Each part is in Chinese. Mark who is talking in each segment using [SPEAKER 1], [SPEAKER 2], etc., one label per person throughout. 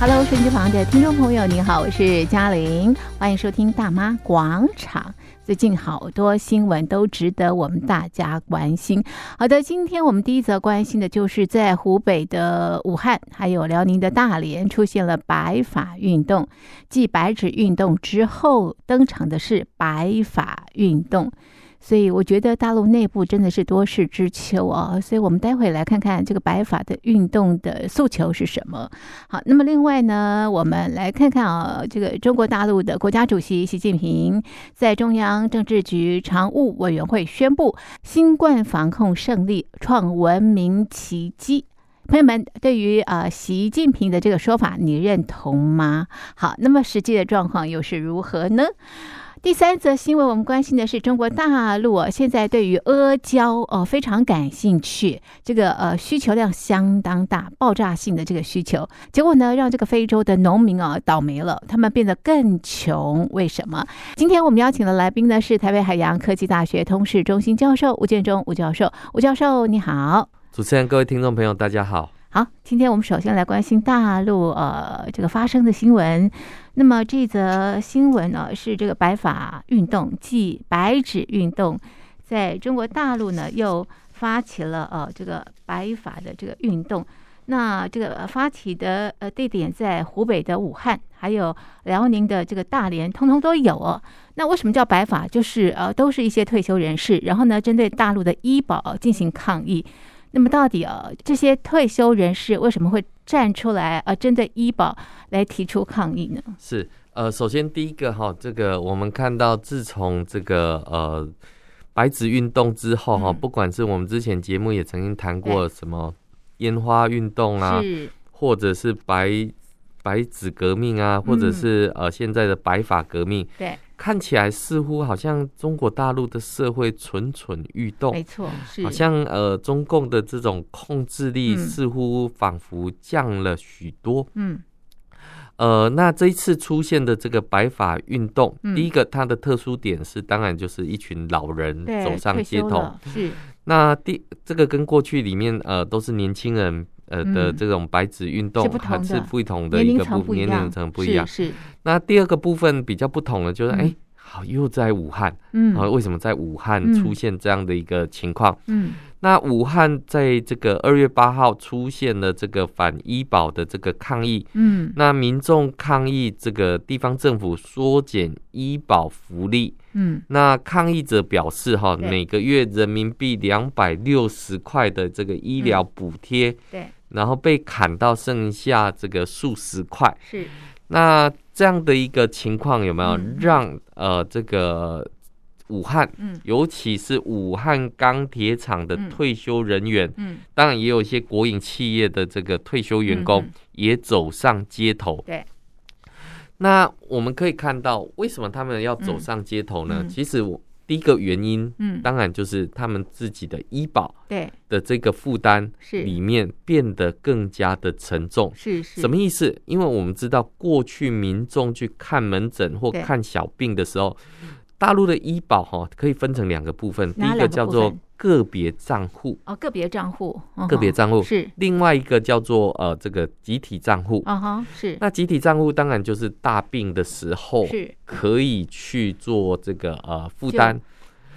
[SPEAKER 1] Hello，收音机旁的听众朋友，您好，我是嘉玲，欢迎收听《大妈广场》。最近好多新闻都值得我们大家关心。好的，今天我们第一则关心的就是在湖北的武汉，还有辽宁的大连出现了白发运动。继白纸运动之后登场的是白发运动，所以我觉得大陆内部真的是多事之秋哦。所以我们待会来看看这个白发的运动的诉求是什么。好，那么另外呢，我们来看看啊、这个中国大陆的国家主席习近平在中央政治局常务委员会宣布，新冠防控胜利创文明奇迹。朋友们，对于呃习近平的这个说法，你认同吗？好，那么实际的状况又是如何呢？第三则新闻，我们关心的是中国大陆啊现在对于阿胶哦、呃非常感兴趣，这个呃需求量相当大，爆炸性的这个需求，结果呢让这个非洲的农民啊倒霉了，他们变得更穷，为什么？今天我们邀请的来宾呢是台北海洋科技大学通识中心教授吴建中吴教授，吴教授你好。
[SPEAKER 2] 主持人、各位听众朋友，大家好。
[SPEAKER 1] 好，今天我们首先来关心大陆呃这个发生的新闻。那么这则新闻呢是这个白发运动，即白纸运动，在中国大陆呢又发起了呃这个白发的这个运动。那这个发起的呃地点在湖北的武汉，还有辽宁的这个大连，通通都有哦。那为什么叫白发？就是呃都是一些退休人士，然后呢针对大陆的医保呃进行抗议。那么到底呃，这些退休人士为什么会站出来呃，针对医保来提出抗议呢？
[SPEAKER 2] 是呃，首先第一个哈，这个我们看到，自从这个呃白纸运动之后哈，
[SPEAKER 1] 嗯
[SPEAKER 2] 不管是我们之前节目也曾经谈过什么烟花运动啊，
[SPEAKER 1] 是，
[SPEAKER 2] 或者是白白纸革命啊，或者是、呃现在的白发革命，
[SPEAKER 1] 嗯对，
[SPEAKER 2] 看起来似乎好像中国大陆的社会蠢蠢欲动
[SPEAKER 1] 没，错，是，
[SPEAKER 2] 哦好像呃中共的这种控制力
[SPEAKER 1] 嗯
[SPEAKER 2] 似乎仿佛降了许多。
[SPEAKER 1] 嗯
[SPEAKER 2] 呃，那这一次出现的这个白发运动，
[SPEAKER 1] 嗯
[SPEAKER 2] 第一个它的特殊点是，当然就是一群老人
[SPEAKER 1] 对，
[SPEAKER 2] 走上
[SPEAKER 1] 退
[SPEAKER 2] 街
[SPEAKER 1] 休
[SPEAKER 2] 头。
[SPEAKER 1] 了是，
[SPEAKER 2] 那第这个跟过去里面呃都是年轻人呃的
[SPEAKER 1] 嗯
[SPEAKER 2] 这种白纸运
[SPEAKER 1] 是
[SPEAKER 2] 动
[SPEAKER 1] 不
[SPEAKER 2] 还
[SPEAKER 1] 同
[SPEAKER 2] 是
[SPEAKER 1] 的
[SPEAKER 2] 不同的
[SPEAKER 1] 年
[SPEAKER 2] 一
[SPEAKER 1] 龄
[SPEAKER 2] 个
[SPEAKER 1] 层
[SPEAKER 2] 部
[SPEAKER 1] 不一
[SPEAKER 2] 年
[SPEAKER 1] 样，
[SPEAKER 2] 龄层不一样。
[SPEAKER 1] 是，是
[SPEAKER 2] 那第二个部分比较不同的就是，
[SPEAKER 1] 嗯
[SPEAKER 2] 哎、好，又在武汉啊、
[SPEAKER 1] 嗯
[SPEAKER 2] 为什么在武汉
[SPEAKER 1] 嗯
[SPEAKER 2] 出现这样的一个情况？
[SPEAKER 1] 嗯，
[SPEAKER 2] 那武汉在这个二月八号出现了这个反医保的这个抗议，
[SPEAKER 1] 嗯
[SPEAKER 2] 那民众抗议这个地方政府缩减医保福利。
[SPEAKER 1] 嗯，
[SPEAKER 2] 那抗议者表示，哈，
[SPEAKER 1] 对
[SPEAKER 2] 每个月人民币两百六十块的这个医疗补贴，
[SPEAKER 1] 对，
[SPEAKER 2] 然后被砍到剩下这个数十块。
[SPEAKER 1] 是，
[SPEAKER 2] 那这样的一个情况有没有
[SPEAKER 1] 嗯
[SPEAKER 2] 让呃这个武汉，
[SPEAKER 1] 嗯
[SPEAKER 2] 尤其是武汉钢铁厂的
[SPEAKER 1] 嗯
[SPEAKER 2] 退休人员，
[SPEAKER 1] 嗯，
[SPEAKER 2] 当然也有一些国营企业的这个退休员工
[SPEAKER 1] 嗯
[SPEAKER 2] 也走上街头。
[SPEAKER 1] 对，
[SPEAKER 2] 那我们可以看到，为什么他们要走上街头呢？
[SPEAKER 1] 嗯嗯
[SPEAKER 2] 其实我第一个原因，
[SPEAKER 1] 嗯，
[SPEAKER 2] 当然就是他们自己的医保
[SPEAKER 1] 对，
[SPEAKER 2] 的这个负担
[SPEAKER 1] 是
[SPEAKER 2] 里面变得更加的沉重。
[SPEAKER 1] 是是，
[SPEAKER 2] 什么意思？因为我们知道，过去民众去看门诊或
[SPEAKER 1] 对
[SPEAKER 2] 看小病的时候，大陆的医保哈、可以分成两个部分，第
[SPEAKER 1] 哪
[SPEAKER 2] 一
[SPEAKER 1] 两个
[SPEAKER 2] 个叫
[SPEAKER 1] 部
[SPEAKER 2] 做
[SPEAKER 1] 分
[SPEAKER 2] 个别账户，
[SPEAKER 1] 哦，个别账户，
[SPEAKER 2] 个别账户
[SPEAKER 1] 户，是，
[SPEAKER 2] 另外一个叫做呃这个集体账户。
[SPEAKER 1] 啊哈，是
[SPEAKER 2] 那集哦体账户当然就是大病的时候
[SPEAKER 1] 是
[SPEAKER 2] 可以去做这个呃负担，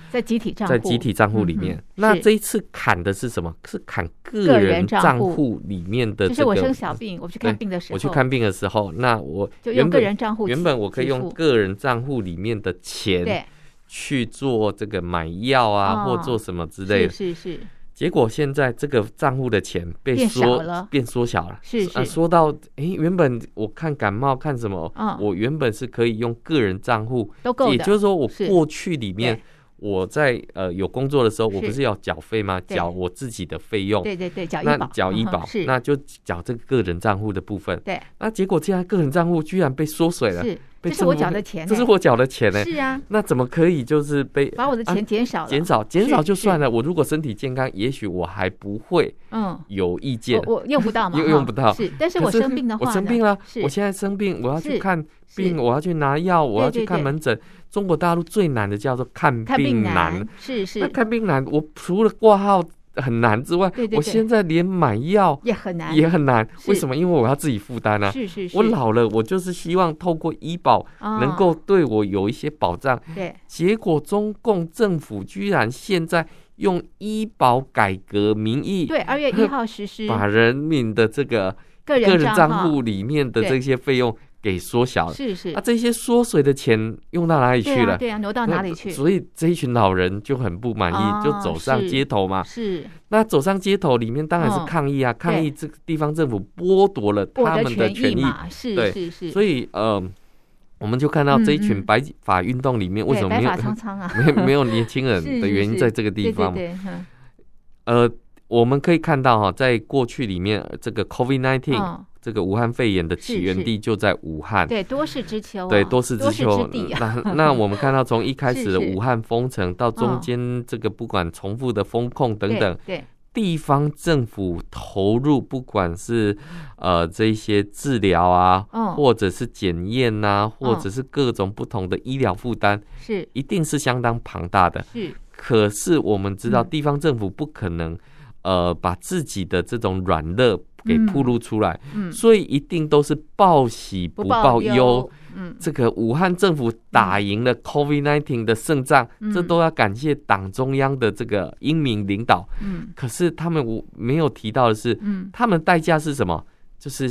[SPEAKER 1] 在集体账户，
[SPEAKER 2] 在集体账户里面
[SPEAKER 1] 嗯哼。
[SPEAKER 2] 那
[SPEAKER 1] 是
[SPEAKER 2] 这一次砍的是什么？是砍
[SPEAKER 1] 个
[SPEAKER 2] 个
[SPEAKER 1] 人
[SPEAKER 2] 人
[SPEAKER 1] 账
[SPEAKER 2] 账
[SPEAKER 1] 户
[SPEAKER 2] 户里面的
[SPEAKER 1] 就
[SPEAKER 2] 这
[SPEAKER 1] 是我生
[SPEAKER 2] 个。
[SPEAKER 1] 小病，我去看
[SPEAKER 2] 对
[SPEAKER 1] 病的时候，
[SPEAKER 2] 我去看病的时候，那我
[SPEAKER 1] 就
[SPEAKER 2] 原
[SPEAKER 1] 用个
[SPEAKER 2] 本
[SPEAKER 1] 人账户给，
[SPEAKER 2] 原本我可以
[SPEAKER 1] 给
[SPEAKER 2] 用
[SPEAKER 1] 付
[SPEAKER 2] 个人账户里面的钱
[SPEAKER 1] 对
[SPEAKER 2] 去做这个买药啊，
[SPEAKER 1] 哦
[SPEAKER 2] 或做什么之类的。
[SPEAKER 1] 是是是，
[SPEAKER 2] 结果现在这个账户的钱被
[SPEAKER 1] 变
[SPEAKER 2] 缩
[SPEAKER 1] 少了
[SPEAKER 2] 变缩小了。
[SPEAKER 1] 是
[SPEAKER 2] 啊，
[SPEAKER 1] 是
[SPEAKER 2] 说到诶，原本我看感冒看什么，
[SPEAKER 1] 嗯
[SPEAKER 2] 我原本是可以用个人账户，
[SPEAKER 1] 都够
[SPEAKER 2] 也
[SPEAKER 1] 的，
[SPEAKER 2] 就是说我
[SPEAKER 1] 是
[SPEAKER 2] 过去里面
[SPEAKER 1] 对
[SPEAKER 2] 我在呃有工作的时候，我
[SPEAKER 1] 是
[SPEAKER 2] 不是要缴费吗？
[SPEAKER 1] 对
[SPEAKER 2] 缴我自己的费用，
[SPEAKER 1] 对对对，缴
[SPEAKER 2] 那
[SPEAKER 1] 医保，
[SPEAKER 2] 缴医
[SPEAKER 1] 嗯哼
[SPEAKER 2] 保，
[SPEAKER 1] 是
[SPEAKER 2] 那就缴这个个人账户的部分。
[SPEAKER 1] 对
[SPEAKER 2] 那结果竟然个人账户居然被缩水了，
[SPEAKER 1] 是，
[SPEAKER 2] 被
[SPEAKER 1] 这是我
[SPEAKER 2] 政府
[SPEAKER 1] 缴的钱呢，哎
[SPEAKER 2] 这是我缴的钱呢、欸
[SPEAKER 1] 是啊，
[SPEAKER 2] 那怎么可以就是被
[SPEAKER 1] 把我的
[SPEAKER 2] 啊
[SPEAKER 1] 钱减少了，
[SPEAKER 2] 减少？减少
[SPEAKER 1] 是
[SPEAKER 2] 就算了，我如果身体健康，也许我还不会
[SPEAKER 1] 嗯，
[SPEAKER 2] 有意见
[SPEAKER 1] 我。我用不到嘛，
[SPEAKER 2] 又
[SPEAKER 1] 哈
[SPEAKER 2] 用不到
[SPEAKER 1] 是，但是
[SPEAKER 2] 可
[SPEAKER 1] 我生病的话呢，
[SPEAKER 2] 我生病了
[SPEAKER 1] 是，
[SPEAKER 2] 我现在生病，我要去
[SPEAKER 1] 是
[SPEAKER 2] 看
[SPEAKER 1] 是
[SPEAKER 2] 病，我要去拿药，我要
[SPEAKER 1] 对
[SPEAKER 2] 去
[SPEAKER 1] 对
[SPEAKER 2] 看
[SPEAKER 1] 对
[SPEAKER 2] 门诊。中国大陆最难的叫做看
[SPEAKER 1] 看
[SPEAKER 2] 病
[SPEAKER 1] 难，是
[SPEAKER 2] 那
[SPEAKER 1] 是
[SPEAKER 2] 看病难，我除了挂号很难之外，
[SPEAKER 1] 对对
[SPEAKER 2] 我
[SPEAKER 1] 对
[SPEAKER 2] 现在连买药
[SPEAKER 1] 也很难，
[SPEAKER 2] 也很难。
[SPEAKER 1] 是
[SPEAKER 2] 为什么？因为我要自己负担啊。
[SPEAKER 1] 是是是，
[SPEAKER 2] 我老了，我就是希望透过医保
[SPEAKER 1] 啊
[SPEAKER 2] 能够对我有一些保障。
[SPEAKER 1] 对
[SPEAKER 2] 结果中共政府居然现在用医保改革名义，
[SPEAKER 1] 对，二月一号实施
[SPEAKER 2] 把人民的这个
[SPEAKER 1] 个
[SPEAKER 2] 个人
[SPEAKER 1] 账
[SPEAKER 2] 账户里面的
[SPEAKER 1] 对
[SPEAKER 2] 这些费用给缩小了。
[SPEAKER 1] 是是
[SPEAKER 2] 那、，这些缩水的钱用到哪里
[SPEAKER 1] 对
[SPEAKER 2] 去
[SPEAKER 1] 啊
[SPEAKER 2] 了？
[SPEAKER 1] 对啊，挪到
[SPEAKER 2] 那
[SPEAKER 1] 哪里去？
[SPEAKER 2] 所以这一群老人就很不满意，
[SPEAKER 1] 哦
[SPEAKER 2] 就走上
[SPEAKER 1] 是
[SPEAKER 2] 街头嘛。
[SPEAKER 1] 是
[SPEAKER 2] 那走上街头里面当然是
[SPEAKER 1] 嗯
[SPEAKER 2] 抗议啊，抗议这个地方政府剥夺了
[SPEAKER 1] 我
[SPEAKER 2] 他们的权
[SPEAKER 1] 权
[SPEAKER 2] 益。
[SPEAKER 1] 嘛，嗯是
[SPEAKER 2] 对
[SPEAKER 1] 是是，
[SPEAKER 2] 所以呃，我们就看到这一
[SPEAKER 1] 嗯
[SPEAKER 2] 群
[SPEAKER 1] 嗯
[SPEAKER 2] 白发运动里面为
[SPEAKER 1] 对
[SPEAKER 2] 什么
[SPEAKER 1] 白
[SPEAKER 2] 没有
[SPEAKER 1] 发苍苍啊？
[SPEAKER 2] 没没有年轻人
[SPEAKER 1] 是
[SPEAKER 2] 的
[SPEAKER 1] 是
[SPEAKER 2] 原因
[SPEAKER 1] 是
[SPEAKER 2] 在这个地
[SPEAKER 1] 对
[SPEAKER 2] 方
[SPEAKER 1] 对
[SPEAKER 2] 嘛。
[SPEAKER 1] 对，嗯
[SPEAKER 2] 呃，我们可以看到哈、在过去里面，呃这个 COVID-19、
[SPEAKER 1] 嗯，
[SPEAKER 2] 这个武汉肺炎的起源地就在武汉，
[SPEAKER 1] 对，多事之秋啊，
[SPEAKER 2] 对，多事
[SPEAKER 1] 多
[SPEAKER 2] 之
[SPEAKER 1] 事
[SPEAKER 2] 秋
[SPEAKER 1] 之。地啊，
[SPEAKER 2] 那那我们看到从一开
[SPEAKER 1] 是
[SPEAKER 2] 始 的
[SPEAKER 1] 是
[SPEAKER 2] 武汉封城到中
[SPEAKER 1] 嗯
[SPEAKER 2] 间这个不管重复的风控等
[SPEAKER 1] 对
[SPEAKER 2] 等，
[SPEAKER 1] 对，
[SPEAKER 2] 地方政府投入不管是呃这一些治疗啊。
[SPEAKER 1] 嗯，
[SPEAKER 2] 或者是检验呐，或
[SPEAKER 1] 嗯
[SPEAKER 2] 者是各种不同的医疗负担，
[SPEAKER 1] 是
[SPEAKER 2] 一定是相当庞大的。
[SPEAKER 1] 是，
[SPEAKER 2] 可是我们知道，
[SPEAKER 1] 嗯
[SPEAKER 2] 地方政府不可能，呃，把自己的这种软肋给
[SPEAKER 1] 嗯
[SPEAKER 2] 暴露出来，
[SPEAKER 1] 嗯，
[SPEAKER 2] 所以一定都是报喜不
[SPEAKER 1] 报
[SPEAKER 2] 报忧。，
[SPEAKER 1] 嗯，
[SPEAKER 2] 这个武汉政府打赢了 COVID-19 的胜仗，
[SPEAKER 1] 嗯
[SPEAKER 2] 这都要感谢党中央的这个英明领导。
[SPEAKER 1] 嗯
[SPEAKER 2] 可是他们我没有提到的是，
[SPEAKER 1] 嗯
[SPEAKER 2] 他们代价是什么？就是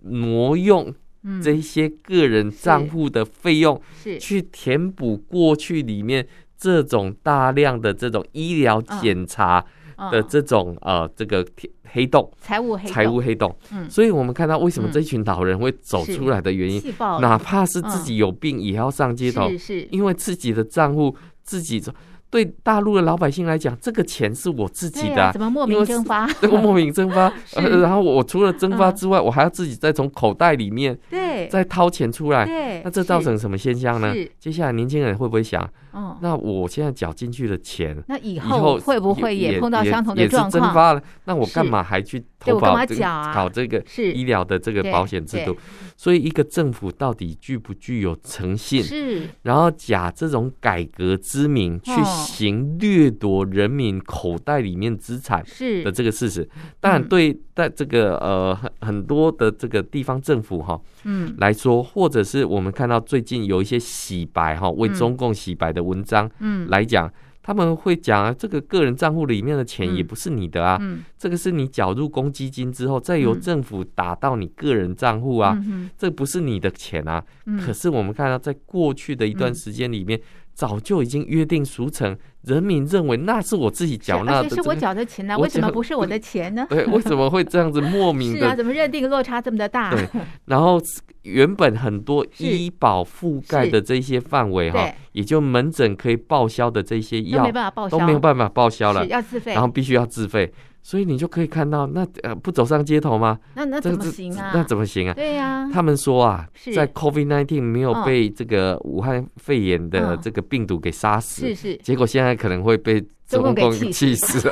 [SPEAKER 2] 挪用
[SPEAKER 1] 嗯，
[SPEAKER 2] 这一些个人账户的费用，
[SPEAKER 1] 是
[SPEAKER 2] 去填补过去里面这种大量的这种医疗检查的
[SPEAKER 1] 嗯
[SPEAKER 2] 这种、呃这个天黑洞、
[SPEAKER 1] 财务黑
[SPEAKER 2] 财
[SPEAKER 1] 洞
[SPEAKER 2] 务黑洞。
[SPEAKER 1] 嗯
[SPEAKER 2] 所以我们看到为什么
[SPEAKER 1] 嗯
[SPEAKER 2] 这群老人会走出来的原因，
[SPEAKER 1] 气爆
[SPEAKER 2] 哪怕是自己有病也要上街头，
[SPEAKER 1] 嗯是是
[SPEAKER 2] 因为自己的账户自己走。对大陆的老百姓来讲，这个钱是我自己
[SPEAKER 1] 对
[SPEAKER 2] 的、
[SPEAKER 1] 啊，怎么莫
[SPEAKER 2] 因
[SPEAKER 1] 名
[SPEAKER 2] 为
[SPEAKER 1] 蒸
[SPEAKER 2] 是
[SPEAKER 1] 发？
[SPEAKER 2] 这个
[SPEAKER 1] ，
[SPEAKER 2] 莫名蒸发
[SPEAKER 1] 是
[SPEAKER 2] 呃，然后我除了蒸发
[SPEAKER 1] 嗯
[SPEAKER 2] 之外，我还要自己再从口袋里面
[SPEAKER 1] 对
[SPEAKER 2] 再掏钱出来，
[SPEAKER 1] 对，
[SPEAKER 2] 那这造
[SPEAKER 1] 是
[SPEAKER 2] 成什么现象呢
[SPEAKER 1] 是？
[SPEAKER 2] 接下来年轻人会不会想，
[SPEAKER 1] 嗯，
[SPEAKER 2] 那我现在缴进去的钱，
[SPEAKER 1] 那以
[SPEAKER 2] 以
[SPEAKER 1] 后
[SPEAKER 2] 后
[SPEAKER 1] 会不会
[SPEAKER 2] 也
[SPEAKER 1] 碰到相同的
[SPEAKER 2] 也
[SPEAKER 1] 状
[SPEAKER 2] 也是蒸
[SPEAKER 1] 况？
[SPEAKER 2] 发了？那我干
[SPEAKER 1] 是
[SPEAKER 2] 嘛还去
[SPEAKER 1] 对
[SPEAKER 2] 投
[SPEAKER 1] 我干
[SPEAKER 2] 保
[SPEAKER 1] 嘛
[SPEAKER 2] 这
[SPEAKER 1] 缴啊
[SPEAKER 2] 个搞这个医
[SPEAKER 1] 是
[SPEAKER 2] 疗的这个
[SPEAKER 1] 对
[SPEAKER 2] 保险制度？所以，一个政府到底具不具有诚信，
[SPEAKER 1] 是
[SPEAKER 2] 然后假这种改革之名去
[SPEAKER 1] 哦
[SPEAKER 2] 行掠夺人民口袋里面资产？的
[SPEAKER 1] 是，
[SPEAKER 2] 这个事实，当然
[SPEAKER 1] 嗯
[SPEAKER 2] 对在这个呃很很多的这个地方政府哈，
[SPEAKER 1] 嗯
[SPEAKER 2] 来说，或者是我们看到最近有一些洗白哈，为
[SPEAKER 1] 嗯
[SPEAKER 2] 中共洗白的文章
[SPEAKER 1] 嗯，
[SPEAKER 2] 来讲，他们会讲啊，这个个人账户里面的钱
[SPEAKER 1] 嗯
[SPEAKER 2] 也不是你的啊，
[SPEAKER 1] 嗯
[SPEAKER 2] 这个是你缴入公积金之后，再由
[SPEAKER 1] 嗯
[SPEAKER 2] 政府打到你个人账户啊，
[SPEAKER 1] 嗯
[SPEAKER 2] 这不是你的钱啊。
[SPEAKER 1] 嗯
[SPEAKER 2] 可是我们看到，在过去的一段
[SPEAKER 1] 嗯
[SPEAKER 2] 时间里面，早就已经约定俗成，人民认为那是我自己
[SPEAKER 1] 是
[SPEAKER 2] 缴纳
[SPEAKER 1] 而
[SPEAKER 2] 的、
[SPEAKER 1] 且
[SPEAKER 2] 这
[SPEAKER 1] 是我
[SPEAKER 2] 个
[SPEAKER 1] 缴的钱呢，
[SPEAKER 2] 我
[SPEAKER 1] 为什么
[SPEAKER 2] 缴
[SPEAKER 1] 不是我的钱呢？
[SPEAKER 2] 对，为什么会这样子莫名
[SPEAKER 1] 是
[SPEAKER 2] 的
[SPEAKER 1] 啊，怎么认定落差这么的大？
[SPEAKER 2] 对然后原本很多医保覆盖的这些范围哈
[SPEAKER 1] 对，
[SPEAKER 2] 也就门诊可以报销的这些
[SPEAKER 1] 都
[SPEAKER 2] 药
[SPEAKER 1] 没办法报销，
[SPEAKER 2] 都没有办法报销了
[SPEAKER 1] 是，要自费
[SPEAKER 2] 然，后必须要自费，所以你就可以看到，那呃不走上街头吗？
[SPEAKER 1] 那那
[SPEAKER 2] 这
[SPEAKER 1] 怎么
[SPEAKER 2] 这
[SPEAKER 1] 行啊？
[SPEAKER 2] 那怎么 行啊？
[SPEAKER 1] 对呀，
[SPEAKER 2] 他们说啊
[SPEAKER 1] 嗯是，
[SPEAKER 2] 在 COVID-19 没有
[SPEAKER 1] 嗯
[SPEAKER 2] 被这个武汉肺炎的
[SPEAKER 1] 嗯
[SPEAKER 2] 这个病毒给杀
[SPEAKER 1] 是
[SPEAKER 2] 死，
[SPEAKER 1] 是
[SPEAKER 2] 结果现在可能会被
[SPEAKER 1] 中共
[SPEAKER 2] 中
[SPEAKER 1] 给
[SPEAKER 2] 共
[SPEAKER 1] 气
[SPEAKER 2] 气死，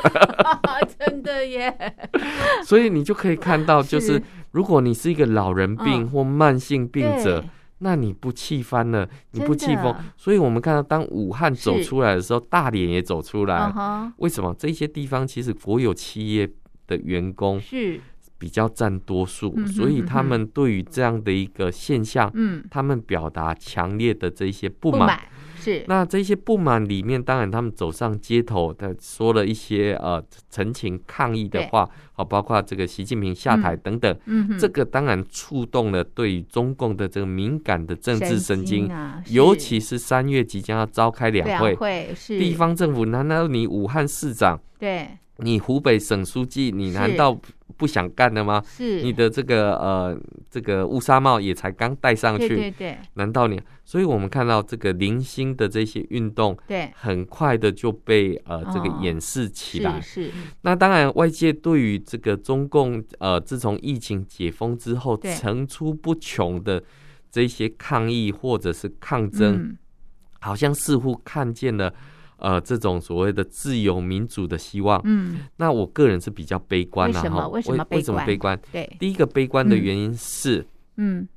[SPEAKER 1] 真的耶，
[SPEAKER 2] 所以你就可以看到，就是
[SPEAKER 1] 是
[SPEAKER 2] 如果你是一个老人病
[SPEAKER 1] 嗯
[SPEAKER 2] 或慢性病者
[SPEAKER 1] 对，
[SPEAKER 2] 那你不气翻了，你不
[SPEAKER 1] 真
[SPEAKER 2] 气
[SPEAKER 1] 的
[SPEAKER 2] 疯，所以我们看到，当武汉走
[SPEAKER 1] 是
[SPEAKER 2] 出来的时候，大连也走出来。
[SPEAKER 1] 嗯哼，
[SPEAKER 2] 为什么这些地方其实国有企业的员工
[SPEAKER 1] 是，
[SPEAKER 2] 比较占多数，
[SPEAKER 1] 嗯哼
[SPEAKER 2] 所以他
[SPEAKER 1] 嗯哼
[SPEAKER 2] 们对于这样的一个现象，
[SPEAKER 1] 嗯，
[SPEAKER 2] 他们表达强烈的这一些不
[SPEAKER 1] 不
[SPEAKER 2] 满。
[SPEAKER 1] 满是，
[SPEAKER 2] 那这些不满里面，当然他们走上街头的说了一些呃陈情抗议的
[SPEAKER 1] 对
[SPEAKER 2] 话，好，包括这个习近平下台等等，
[SPEAKER 1] 嗯哼，
[SPEAKER 2] 这个当然触动了对于中共的这个敏感的政治神经，
[SPEAKER 1] 啊，
[SPEAKER 2] 尤
[SPEAKER 1] 是
[SPEAKER 2] 其是三月即将要召开两
[SPEAKER 1] 两
[SPEAKER 2] 会，
[SPEAKER 1] 会是
[SPEAKER 2] 地方政府难道你武汉市长、
[SPEAKER 1] 对
[SPEAKER 2] 你湖北省书记，你
[SPEAKER 1] 是
[SPEAKER 2] 难道不想干了吗？
[SPEAKER 1] 是
[SPEAKER 2] 你的这个呃这个乌纱帽也才刚戴上去，
[SPEAKER 1] 对对对
[SPEAKER 2] 难道你？所以我们看到这个零星的这些运动。
[SPEAKER 1] 对
[SPEAKER 2] 很快的就被呃这个
[SPEAKER 1] 哦
[SPEAKER 2] 掩饰起来。
[SPEAKER 1] 是是
[SPEAKER 2] 那当然，外界对于这个中共呃自从疫情解封之后
[SPEAKER 1] 对
[SPEAKER 2] 层出不穷的这些抗议或者是抗争，
[SPEAKER 1] 嗯
[SPEAKER 2] 好像似乎看见了，呃，这种所谓的自由民主的希望。
[SPEAKER 1] 嗯
[SPEAKER 2] 那我个人是比较悲观
[SPEAKER 1] 为
[SPEAKER 2] 的、
[SPEAKER 1] 什么
[SPEAKER 2] 哈
[SPEAKER 1] 为什么悲
[SPEAKER 2] 为什么
[SPEAKER 1] 观
[SPEAKER 2] 悲观？
[SPEAKER 1] 对
[SPEAKER 2] 第一个悲观的
[SPEAKER 1] 嗯
[SPEAKER 2] 原因是，
[SPEAKER 1] 嗯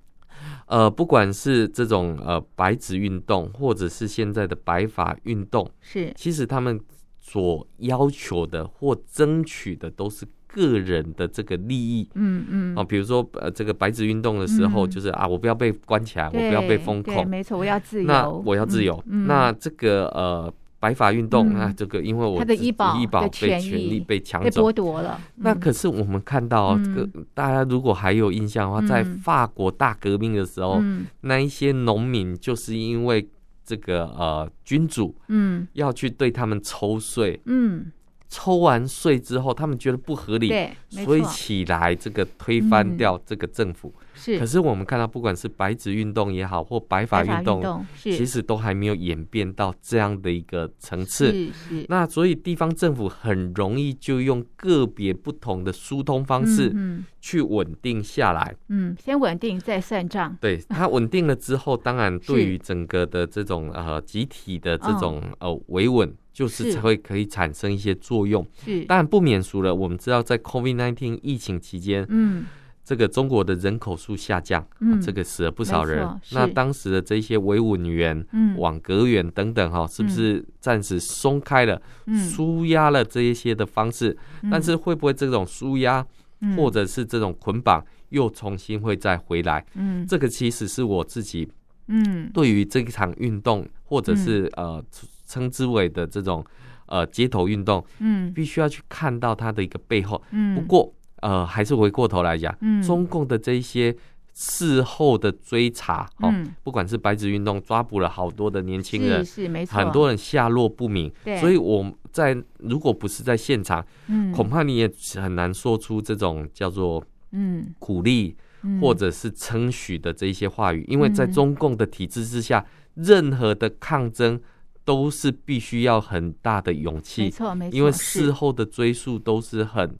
[SPEAKER 2] 呃，不管是这种呃白纸运动，或者是现在的白发运动，
[SPEAKER 1] 是
[SPEAKER 2] 其实他们所要求的或争取的都是个人的这个利益。
[SPEAKER 1] 嗯嗯，
[SPEAKER 2] 啊，比如说呃，这个白纸运动的时候，
[SPEAKER 1] 嗯
[SPEAKER 2] 就是啊，我不要被关起来，我
[SPEAKER 1] 对
[SPEAKER 2] 不要被封
[SPEAKER 1] 对
[SPEAKER 2] 控，
[SPEAKER 1] 没错，我要自由，
[SPEAKER 2] 那我要自由。
[SPEAKER 1] 嗯嗯
[SPEAKER 2] 那这个呃，白发运动，
[SPEAKER 1] 嗯
[SPEAKER 2] 那这个因为我
[SPEAKER 1] 他的
[SPEAKER 2] 自
[SPEAKER 1] 医保
[SPEAKER 2] 医保
[SPEAKER 1] 的
[SPEAKER 2] 被
[SPEAKER 1] 权
[SPEAKER 2] 权
[SPEAKER 1] 益
[SPEAKER 2] 利被抢
[SPEAKER 1] 被
[SPEAKER 2] 走
[SPEAKER 1] 剥，夺了。
[SPEAKER 2] 那
[SPEAKER 1] 嗯
[SPEAKER 2] 可是我们看到、哦
[SPEAKER 1] 嗯
[SPEAKER 2] 这个，大家如果还有印象的话，在
[SPEAKER 1] 嗯
[SPEAKER 2] 法国大革命的时候，
[SPEAKER 1] 嗯
[SPEAKER 2] 那一些农民就是因为这个呃君主
[SPEAKER 1] 嗯
[SPEAKER 2] 要去对他们抽税，
[SPEAKER 1] 嗯，
[SPEAKER 2] 抽完税之后，他们觉得不合理，
[SPEAKER 1] 对，没
[SPEAKER 2] 所以
[SPEAKER 1] 错，
[SPEAKER 2] 起来这个推
[SPEAKER 1] 嗯
[SPEAKER 2] 翻掉这个政府。可
[SPEAKER 1] 是
[SPEAKER 2] 是我们看到，不管是白纸运动也好，或白发
[SPEAKER 1] 白
[SPEAKER 2] 运
[SPEAKER 1] 发运
[SPEAKER 2] 动，
[SPEAKER 1] 动是
[SPEAKER 2] 其实都还没有演变到这样的一个层次。
[SPEAKER 1] 是是
[SPEAKER 2] 那所以地方政府很容易就用个别不同的疏通方式，
[SPEAKER 1] 嗯
[SPEAKER 2] 去稳定下来。
[SPEAKER 1] 嗯嗯，先稳定再算账，
[SPEAKER 2] 对它稳定了之后，当然
[SPEAKER 1] 是
[SPEAKER 2] 对于整个的这种呃集体的这种、呃维稳，就
[SPEAKER 1] 嗯
[SPEAKER 2] 是
[SPEAKER 1] 是
[SPEAKER 2] 才会可以产生一些作用。
[SPEAKER 1] 是
[SPEAKER 2] 当然不免俗了，我们知道在 COVID-19 疫情期间，
[SPEAKER 1] 嗯
[SPEAKER 2] 这个中国的人口数下降，啊
[SPEAKER 1] 嗯
[SPEAKER 2] 这个死了不少人
[SPEAKER 1] 没错。是
[SPEAKER 2] 那当时的这些维稳员、
[SPEAKER 1] 嗯
[SPEAKER 2] 网格员等等哈、是不是暂时松开了、
[SPEAKER 1] 嗯，
[SPEAKER 2] 舒压了这一些的方式？但是会不会这种舒压
[SPEAKER 1] 嗯
[SPEAKER 2] 或者是这种捆绑又重新会再回来？
[SPEAKER 1] 嗯
[SPEAKER 2] 这个其实是我自己
[SPEAKER 1] 嗯
[SPEAKER 2] 对于这一场运动，或者是、呃称之为的这种呃街头运动，
[SPEAKER 1] 嗯
[SPEAKER 2] 必须要去看到它的一个背后。
[SPEAKER 1] 嗯，
[SPEAKER 2] 不过呃，还是回过头来讲，
[SPEAKER 1] 嗯
[SPEAKER 2] 中共的这一些事后的追查，哦，
[SPEAKER 1] 嗯
[SPEAKER 2] 不管是白纸运动抓捕了好多的年轻
[SPEAKER 1] 是
[SPEAKER 2] 人，
[SPEAKER 1] 是没错，
[SPEAKER 2] 很多人下落不明
[SPEAKER 1] 对，
[SPEAKER 2] 所以我在如果不是在现场，
[SPEAKER 1] 嗯
[SPEAKER 2] 恐怕你也很难说出这种叫做
[SPEAKER 1] 嗯
[SPEAKER 2] 鼓励
[SPEAKER 1] 嗯
[SPEAKER 2] 或者是称许的这一些话语，因为在
[SPEAKER 1] 嗯
[SPEAKER 2] 中共的体制之下，任何的抗争都是必须要很大的勇
[SPEAKER 1] 没
[SPEAKER 2] 气，
[SPEAKER 1] 错没错，
[SPEAKER 2] 因为
[SPEAKER 1] 是
[SPEAKER 2] 事后的追溯都是很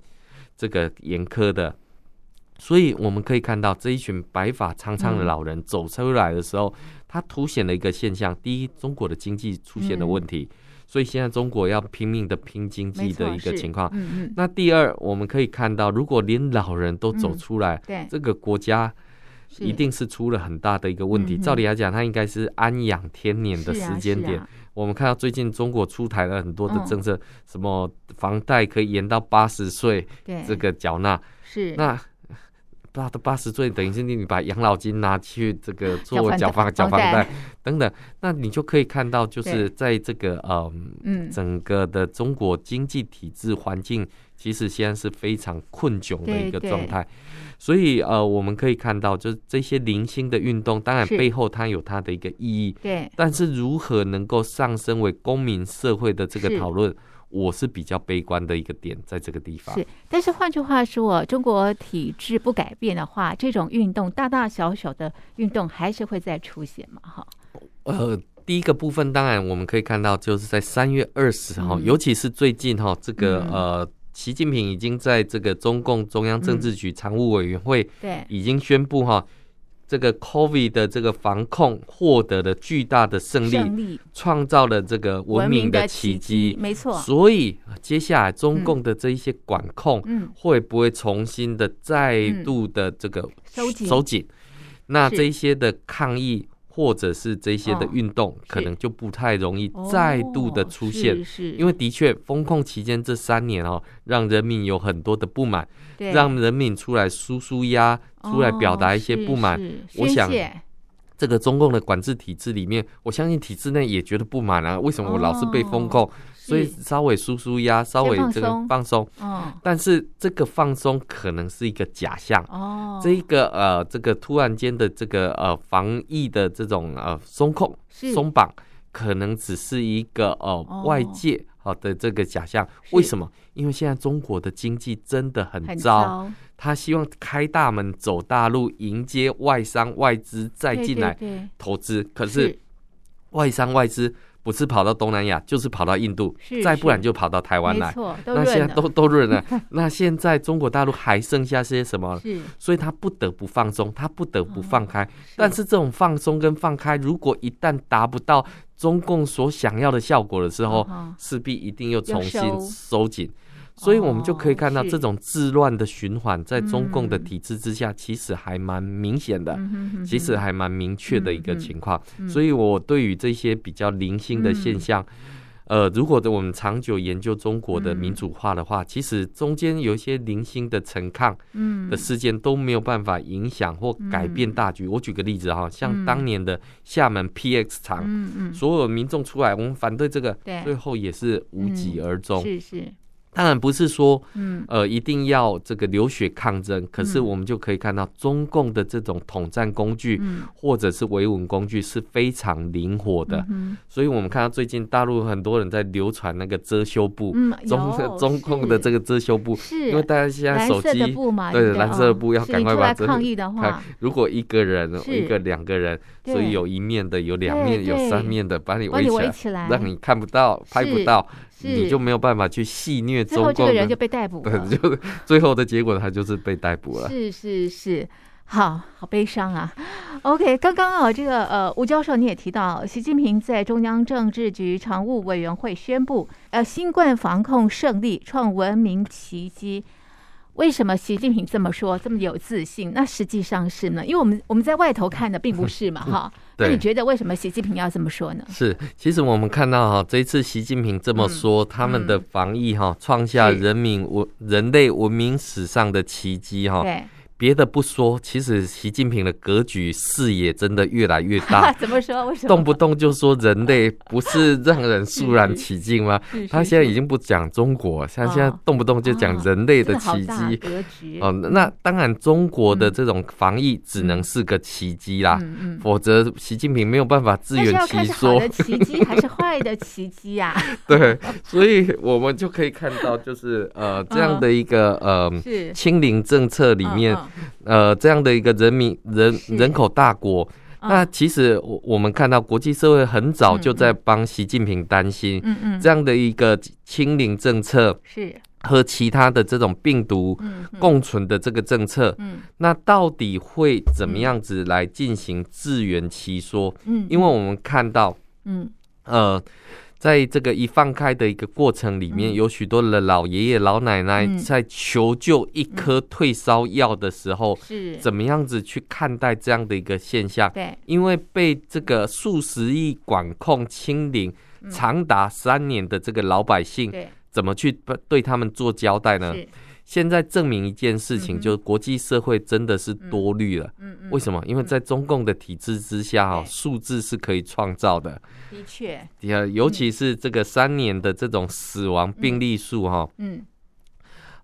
[SPEAKER 2] 这个严苛的。所以我们可以看到这一群白发苍苍的
[SPEAKER 1] 嗯
[SPEAKER 2] 老人走出来的时候，它凸显了一个现象：第一，中国的经济出现了问
[SPEAKER 1] 嗯
[SPEAKER 2] 题，所以现在中国要拼命的拼经
[SPEAKER 1] 没
[SPEAKER 2] 济的
[SPEAKER 1] 错
[SPEAKER 2] 一个
[SPEAKER 1] 是
[SPEAKER 2] 情况。
[SPEAKER 1] 嗯嗯
[SPEAKER 2] 那第二，我们可以看到，如果连老人都走
[SPEAKER 1] 嗯
[SPEAKER 2] 出来，
[SPEAKER 1] 对，
[SPEAKER 2] 这个国家
[SPEAKER 1] 是
[SPEAKER 2] 一定是出了很大的一个问题。
[SPEAKER 1] 嗯哼
[SPEAKER 2] 照理来讲，它应该是安养天年的
[SPEAKER 1] 是啊
[SPEAKER 2] 时间
[SPEAKER 1] 是
[SPEAKER 2] 点。
[SPEAKER 1] 啊嗯
[SPEAKER 2] 我们看到最近中国出台了很多的政策，什么房贷可以延到八十岁
[SPEAKER 1] 对
[SPEAKER 2] 这个缴纳，
[SPEAKER 1] 是
[SPEAKER 2] 那。到到八十岁，等于是你把养老金拿去这个做
[SPEAKER 1] 缴
[SPEAKER 2] 缴
[SPEAKER 1] 房
[SPEAKER 2] 房
[SPEAKER 1] 贷
[SPEAKER 2] 缴房
[SPEAKER 1] 房贷
[SPEAKER 2] 贷等等，那你就可以看到，就是在这个呃
[SPEAKER 1] 嗯
[SPEAKER 2] 整个的中国经济体制环境，其实现在是非常困窘的一个
[SPEAKER 1] 对
[SPEAKER 2] 状态。所以呃，我们可以看到，就是这些零星的运动，当然
[SPEAKER 1] 是
[SPEAKER 2] 背后它有它的一个意义，
[SPEAKER 1] 对
[SPEAKER 2] 但是如何能够上升为公民社会的这
[SPEAKER 1] 是
[SPEAKER 2] 个讨论，我是比较悲观的一个点，在这个地方。
[SPEAKER 1] 是，但是换句话说，中国体制不改变的话，这种运动大大小小的运动还是会再出现嘛，哈，
[SPEAKER 2] 呃，第一个部分当然我们可以看到，就是在三月二十号，
[SPEAKER 1] 嗯
[SPEAKER 2] 尤其是最近哈、这个、
[SPEAKER 1] 嗯
[SPEAKER 2] 呃，习近平已经在这个中共中央政治局常务委员会
[SPEAKER 1] 对，
[SPEAKER 2] 已经宣布哈、这个 COVID 的这个防控获得了巨大的胜利，
[SPEAKER 1] 胜利
[SPEAKER 2] 创造了这个文明的
[SPEAKER 1] 的
[SPEAKER 2] 奇
[SPEAKER 1] 迹
[SPEAKER 2] 迹，。
[SPEAKER 1] 没错，
[SPEAKER 2] 所以呃接下来中共的这一些管控
[SPEAKER 1] 嗯，
[SPEAKER 2] 会不会重新的再度的这个
[SPEAKER 1] 收紧
[SPEAKER 2] 收紧？那
[SPEAKER 1] 是
[SPEAKER 2] 这一些的抗议或者是这一些的
[SPEAKER 1] 哦
[SPEAKER 2] 运动，可能就不太容易再度的出现。
[SPEAKER 1] 哦是是
[SPEAKER 2] 因为的确，风控期间这三年哦，让人民有很多的不满，
[SPEAKER 1] 对
[SPEAKER 2] 让人民出来舒舒压，出来表达一些不满。，
[SPEAKER 1] 哦是
[SPEAKER 2] 我
[SPEAKER 1] 是
[SPEAKER 2] 想
[SPEAKER 1] 宣泄
[SPEAKER 2] 这个中共的管制体制里面，我相信体制内也觉得不满啊，为什么我老是被风控？所以
[SPEAKER 1] 哦是
[SPEAKER 2] 稍微舒舒压，稍微
[SPEAKER 1] 放
[SPEAKER 2] 这个
[SPEAKER 1] 松
[SPEAKER 2] 放松，
[SPEAKER 1] 哦
[SPEAKER 2] 但是这个放松可能是一个假象。
[SPEAKER 1] 哦，
[SPEAKER 2] 这一个呃，这个突然间的这个呃防疫的这种呃松控、
[SPEAKER 1] 是
[SPEAKER 2] 松绑，可能只是一个呃、
[SPEAKER 1] 哦
[SPEAKER 2] 外界好、的这个假象。
[SPEAKER 1] 是
[SPEAKER 2] 为什么？因为现在中国的经济真的很
[SPEAKER 1] 很
[SPEAKER 2] 糟，
[SPEAKER 1] 糟，
[SPEAKER 2] 他希望开大门走大路，迎接外商外资再
[SPEAKER 1] 对
[SPEAKER 2] 进
[SPEAKER 1] 对
[SPEAKER 2] 来
[SPEAKER 1] 对
[SPEAKER 2] 投资。可是外商外资不是跑到东南亚，就是跑到印度
[SPEAKER 1] 是，
[SPEAKER 2] 再不然
[SPEAKER 1] 是
[SPEAKER 2] 就跑到台湾
[SPEAKER 1] 没
[SPEAKER 2] 来。
[SPEAKER 1] 错，都
[SPEAKER 2] 那现在
[SPEAKER 1] 润了，
[SPEAKER 2] 都 都润了，那现在中国大陆还剩下些什么？
[SPEAKER 1] 是，
[SPEAKER 2] 所以他不得不放松，他不得不放开。
[SPEAKER 1] 哦是
[SPEAKER 2] 但是这种放松跟放开，如果一旦达不到中共所想要的效果的时候，
[SPEAKER 1] 嗯哼
[SPEAKER 2] 势必一定又重新
[SPEAKER 1] 又收
[SPEAKER 2] 收紧。所以我们就可以看到，
[SPEAKER 1] 哦是
[SPEAKER 2] 这种治乱的循环在中共的体制之下，其实还蛮明显的，
[SPEAKER 1] 嗯哼哼
[SPEAKER 2] 其实
[SPEAKER 1] 哼
[SPEAKER 2] 还蛮明确的一个情况。
[SPEAKER 1] 嗯嗯嗯
[SPEAKER 2] 所以我对于这些比较零星的现象，呃，如果我们长久研究中国的民主化的话，其实中间有一些零星的陈抗
[SPEAKER 1] 嗯
[SPEAKER 2] 的事件都没有办法影响或改变大局。我举个例子哈，像当年的厦门 PX 厂，
[SPEAKER 1] 嗯嗯，
[SPEAKER 2] 所有民众出来，我们反对这个，
[SPEAKER 1] 对嗯
[SPEAKER 2] 最后也是无疾而终。
[SPEAKER 1] 是是，
[SPEAKER 2] 当然不是说
[SPEAKER 1] 嗯
[SPEAKER 2] 呃一定要这个流血抗争，可是我们就可以看到中共的这种统战工具。
[SPEAKER 1] 嗯
[SPEAKER 2] 或者是维稳工具是非常灵活的，
[SPEAKER 1] 嗯
[SPEAKER 2] 所以我们看到最近大陆很多人在流传那个遮羞布，
[SPEAKER 1] 嗯，
[SPEAKER 2] 中 中共的这
[SPEAKER 1] 个
[SPEAKER 2] 个遮羞布，
[SPEAKER 1] 是
[SPEAKER 2] 因为大家现在
[SPEAKER 1] 蓝
[SPEAKER 2] 手
[SPEAKER 1] 色的
[SPEAKER 2] 机，
[SPEAKER 1] 布嘛，
[SPEAKER 2] 对
[SPEAKER 1] 对不对，
[SPEAKER 2] 蓝色的
[SPEAKER 1] 嗯
[SPEAKER 2] 布要
[SPEAKER 1] 是
[SPEAKER 2] 赶
[SPEAKER 1] 你
[SPEAKER 2] 快
[SPEAKER 1] 出
[SPEAKER 2] 把
[SPEAKER 1] 来
[SPEAKER 2] 这
[SPEAKER 1] 抗
[SPEAKER 2] 个
[SPEAKER 1] 议的话
[SPEAKER 2] 看，如果一个人、哦
[SPEAKER 1] 是
[SPEAKER 2] 一个、两个人，
[SPEAKER 1] 对
[SPEAKER 2] 所以有一面的、有两
[SPEAKER 1] 对
[SPEAKER 2] 面、有
[SPEAKER 1] 对
[SPEAKER 2] 三面的，把你
[SPEAKER 1] 把
[SPEAKER 2] 围
[SPEAKER 1] 你
[SPEAKER 2] 起
[SPEAKER 1] 围
[SPEAKER 2] 来，
[SPEAKER 1] 起来，
[SPEAKER 2] 让你看不到、拍不
[SPEAKER 1] 是
[SPEAKER 2] 到，
[SPEAKER 1] 是
[SPEAKER 2] 你就没有办法去戏虐
[SPEAKER 1] 最
[SPEAKER 2] 中
[SPEAKER 1] 后这
[SPEAKER 2] 共
[SPEAKER 1] 个人就
[SPEAKER 2] 的。
[SPEAKER 1] 被逮捕了，
[SPEAKER 2] 对，就是最后的结果，他就是被逮捕了。
[SPEAKER 1] 是是是，好好悲伤啊。OK，刚刚啊，这个呃，吴教授你也提到，习近平在中央政治局常务委员会宣布，呃，新冠防控胜利创文明奇迹。为什么习近平这么说，这么有自信？那实际上是呢，因为我们我们在外头看的并不是 嘛，哈。那你
[SPEAKER 2] 对，
[SPEAKER 1] 觉得为什么习近平要这么说呢？
[SPEAKER 2] 是，其实我们看到哈，这一次习近平这么说，他们的防疫哈，创下
[SPEAKER 1] 嗯是
[SPEAKER 2] 人民文人类文明史上的奇迹哈。
[SPEAKER 1] 对，
[SPEAKER 2] 别的不说，其实习近平的格局视野真的越来越大，
[SPEAKER 1] 怎么说？为什么？
[SPEAKER 2] 动不动就说人类不是让人肃然起敬吗？
[SPEAKER 1] 是
[SPEAKER 2] 他
[SPEAKER 1] 是
[SPEAKER 2] 现在
[SPEAKER 1] 是
[SPEAKER 2] 已经不讲中国，他
[SPEAKER 1] 哦
[SPEAKER 2] 现在动不动就讲
[SPEAKER 1] 哦
[SPEAKER 2] 人类的
[SPEAKER 1] 真好
[SPEAKER 2] 奇
[SPEAKER 1] 大
[SPEAKER 2] 迹。
[SPEAKER 1] 格局
[SPEAKER 2] 哦，那当然，中国的
[SPEAKER 1] 嗯
[SPEAKER 2] 这种防疫只能是个奇迹啦，
[SPEAKER 1] 嗯嗯。
[SPEAKER 2] 否则习近平没有办法自
[SPEAKER 1] 但是
[SPEAKER 2] 圆
[SPEAKER 1] 要
[SPEAKER 2] 其
[SPEAKER 1] 看是好
[SPEAKER 2] 说
[SPEAKER 1] 的。奇迹还是坏的奇迹 呀、
[SPEAKER 2] 对，所以我们就可以看到，就是呃这样的一个呃
[SPEAKER 1] 是
[SPEAKER 2] 清零政策 里面，
[SPEAKER 1] 嗯
[SPEAKER 2] 呃这样的一个人民人
[SPEAKER 1] 是
[SPEAKER 2] 人口大国。
[SPEAKER 1] 嗯
[SPEAKER 2] 那其实我我们看到国际社会很早就在帮习近平担心，
[SPEAKER 1] 嗯嗯，
[SPEAKER 2] 这样的一个清零政策
[SPEAKER 1] 是
[SPEAKER 2] 和其他的这种病毒
[SPEAKER 1] 嗯嗯
[SPEAKER 2] 共存的这个政策，
[SPEAKER 1] 嗯
[SPEAKER 2] 那到底会怎么样子来进行自圆其说？
[SPEAKER 1] 嗯，
[SPEAKER 2] 因为我们看到，
[SPEAKER 1] 嗯
[SPEAKER 2] 呃，在这个一放开的一个过程里面，
[SPEAKER 1] 嗯
[SPEAKER 2] 有许多的老爷爷老奶奶
[SPEAKER 1] 嗯
[SPEAKER 2] 在求救一颗退烧药的时候，
[SPEAKER 1] 是
[SPEAKER 2] 怎么样子去看待这样的一个现象？
[SPEAKER 1] 嗯对
[SPEAKER 2] 因为被这个数十亿管控清零
[SPEAKER 1] 嗯
[SPEAKER 2] 长达三年的这个老百姓，
[SPEAKER 1] 对
[SPEAKER 2] 怎么去对对他们做交代呢？
[SPEAKER 1] 是
[SPEAKER 2] 现在证明一件事
[SPEAKER 1] 嗯
[SPEAKER 2] 情，
[SPEAKER 1] 哼
[SPEAKER 2] 就是国际社会真的是多虑了。
[SPEAKER 1] 嗯嗯，
[SPEAKER 2] 为什么？因为在中共的体制之下，哈，
[SPEAKER 1] 对
[SPEAKER 2] 数字是可以创造的。
[SPEAKER 1] 嗯的确
[SPEAKER 2] 第二，呃尤其是这个三年的这种死亡病例数哈、
[SPEAKER 1] 嗯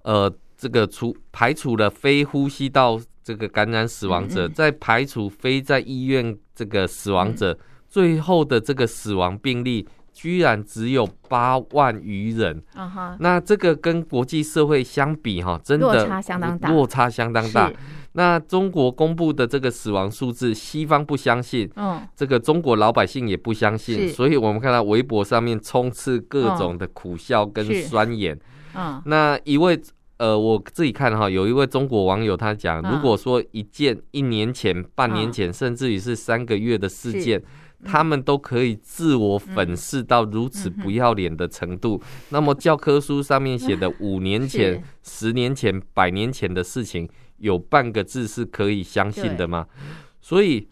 [SPEAKER 2] 呃，这个除排除了非呼吸道这个感染死亡
[SPEAKER 1] 嗯
[SPEAKER 2] 者，
[SPEAKER 1] 嗯
[SPEAKER 2] 再排除非在医院这个死亡者，
[SPEAKER 1] 嗯
[SPEAKER 2] 最后的这个死亡病例居然只有八万余人。
[SPEAKER 1] 啊哈
[SPEAKER 2] 那这个跟国际社会相比哈、真的
[SPEAKER 1] 落差相当大
[SPEAKER 2] 落差相当大
[SPEAKER 1] 是。
[SPEAKER 2] 那中国公布的这个死亡数字，西方不相信，
[SPEAKER 1] 嗯
[SPEAKER 2] 这个中国老百姓也不相信，
[SPEAKER 1] 是
[SPEAKER 2] 所以我们看到微博上面充斥各种的苦笑跟
[SPEAKER 1] 哦是
[SPEAKER 2] 酸言。
[SPEAKER 1] 嗯
[SPEAKER 2] 那一位呃，我自己看哈，有一位中国网友他讲，
[SPEAKER 1] 嗯
[SPEAKER 2] 如果说一件一年前、半年前，甚至于是三个月的事
[SPEAKER 1] 嗯
[SPEAKER 2] 件。他们都可以自我粉饰到如此
[SPEAKER 1] 嗯哼
[SPEAKER 2] 不要脸的程度，
[SPEAKER 1] 嗯
[SPEAKER 2] 那么教科书上面 写的五年前、十年前、百年前的事情，有半个字是可以相信的吗？所以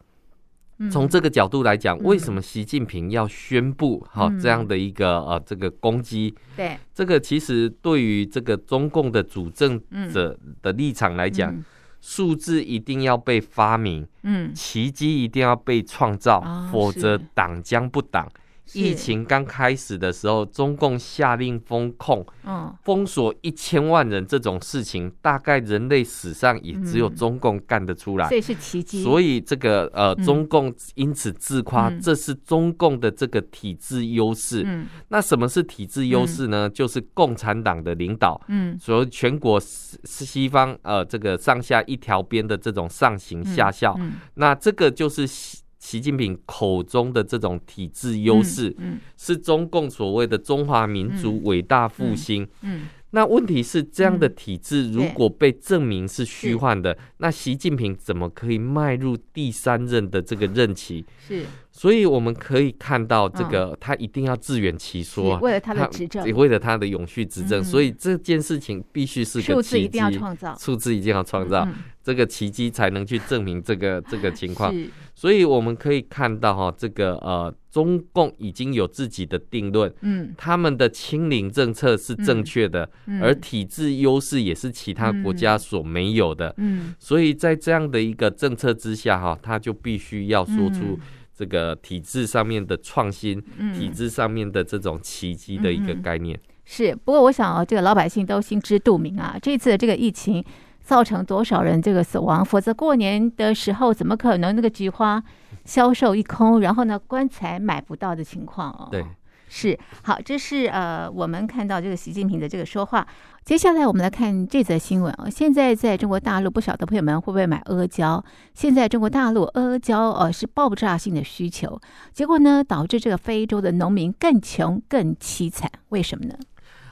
[SPEAKER 1] 嗯
[SPEAKER 2] 从这个角度来讲，
[SPEAKER 1] 嗯
[SPEAKER 2] 为什么习近平要宣布哈、
[SPEAKER 1] 嗯
[SPEAKER 2] 这样的一个呃这个攻击？
[SPEAKER 1] 对
[SPEAKER 2] 这个其实对于这个中共的主政者的立场来讲，
[SPEAKER 1] 嗯
[SPEAKER 2] 数字一定要被发明，
[SPEAKER 1] 嗯
[SPEAKER 2] 奇迹一定要被创造，
[SPEAKER 1] 啊
[SPEAKER 2] 否则
[SPEAKER 1] 是
[SPEAKER 2] 党将不挡。疫
[SPEAKER 1] 是
[SPEAKER 2] 情刚开始的时候，中共下令封控、
[SPEAKER 1] 嗯
[SPEAKER 2] 封锁一千万人这种事情，大概人类史上也只有
[SPEAKER 1] 嗯
[SPEAKER 2] 中共干得出来。
[SPEAKER 1] 所以是奇迹，
[SPEAKER 2] 所
[SPEAKER 1] 以
[SPEAKER 2] 以这个呃，
[SPEAKER 1] 嗯
[SPEAKER 2] 中共因此自夸，
[SPEAKER 1] 嗯
[SPEAKER 2] 这是中共的这个体制优势。
[SPEAKER 1] 嗯
[SPEAKER 2] 那什么是体制优势呢？就是共产党的领导，
[SPEAKER 1] 嗯
[SPEAKER 2] 所以全国西西方呃这个上下一条边的这种上行下效。
[SPEAKER 1] 嗯
[SPEAKER 2] 那这个就是习习近平口中的这种体制优势，
[SPEAKER 1] 嗯
[SPEAKER 2] 是中共所谓的中华民族伟大复兴。
[SPEAKER 1] 嗯
[SPEAKER 2] 那问题是，这样的
[SPEAKER 1] 嗯
[SPEAKER 2] 体制如
[SPEAKER 1] 对
[SPEAKER 2] 果被证明是虚幻的，那习近平怎么可以迈入第三任的这个任期？
[SPEAKER 1] 是
[SPEAKER 2] 所以我们可以看到，这个、他一定要自圆其
[SPEAKER 1] 嗯是
[SPEAKER 2] 说啊，
[SPEAKER 1] 为了他的执政
[SPEAKER 2] 也，为了他的永续执政，
[SPEAKER 1] 嗯
[SPEAKER 2] 所以这件事情必须是
[SPEAKER 1] 数
[SPEAKER 2] 个
[SPEAKER 1] 字
[SPEAKER 2] 奇
[SPEAKER 1] 一定要
[SPEAKER 2] 迹，
[SPEAKER 1] 创造，
[SPEAKER 2] 数字一定要创造，
[SPEAKER 1] 嗯
[SPEAKER 2] 这个奇迹才能去证明这个这个情况。
[SPEAKER 1] 是，
[SPEAKER 2] 所以我们可以看到哈、这个呃，中共已经有自己的定论，
[SPEAKER 1] 嗯
[SPEAKER 2] 他们的清零政策是正确的，
[SPEAKER 1] 嗯，
[SPEAKER 2] 而体制优势也是其他国家所没有的。
[SPEAKER 1] 嗯，
[SPEAKER 2] 所以在这样的一个政策之下哈、他就必须要说出
[SPEAKER 1] 嗯
[SPEAKER 2] 这个体制上面的创新，
[SPEAKER 1] 嗯
[SPEAKER 2] 体制上面的这种奇迹的一个
[SPEAKER 1] 嗯嗯
[SPEAKER 2] 概念。
[SPEAKER 1] 是，不过我想哦，这个老百姓都心知肚明啊，这次的这个疫情造成多少人这个死亡，否则过年的时候怎么可能那个菊花销售一空，然后呢棺材买不到的情况哦？
[SPEAKER 2] 对。
[SPEAKER 1] 是好，这是呃，我们看到这个习近平的这个说话。接下来我们来看这则新闻哦。现在在中国大陆，不晓得朋友们会不会买阿胶？现在中国大陆阿胶呃是爆炸性的需求，结果呢导致这个非洲的农民更穷更凄惨，为什么呢？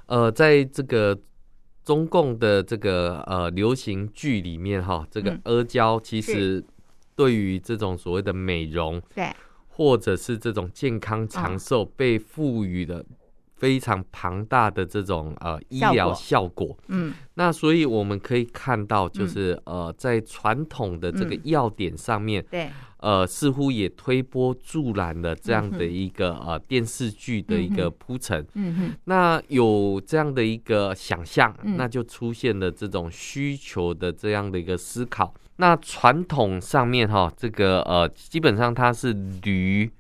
[SPEAKER 2] 呃，在这个中共的这个呃流行剧里面哈，这个
[SPEAKER 1] 嗯
[SPEAKER 2] 阿胶其
[SPEAKER 1] 是
[SPEAKER 2] 实对于这种所谓的美容，
[SPEAKER 1] 对，
[SPEAKER 2] 或者是这种健
[SPEAKER 1] 啊
[SPEAKER 2] 康长寿被赋予了非常庞大的这种呃医
[SPEAKER 1] 效
[SPEAKER 2] 疗
[SPEAKER 1] 果
[SPEAKER 2] 效果。
[SPEAKER 1] 嗯
[SPEAKER 2] 那所以我们可以看到，就是、呃在传统的这个
[SPEAKER 1] 嗯
[SPEAKER 2] 药典上面，
[SPEAKER 1] 对，
[SPEAKER 2] 呃似乎也推波助澜了这样
[SPEAKER 1] 嗯
[SPEAKER 2] 的
[SPEAKER 1] 哼
[SPEAKER 2] 一个、呃电视剧的一
[SPEAKER 1] 嗯
[SPEAKER 2] 个
[SPEAKER 1] 哼
[SPEAKER 2] 铺陈。
[SPEAKER 1] 嗯哼，
[SPEAKER 2] 那有这样的一个想象，
[SPEAKER 1] 嗯
[SPEAKER 2] 那就出现了这种需求的这样的一个思考。那传统上面哈，这个呃，基本上它是驴，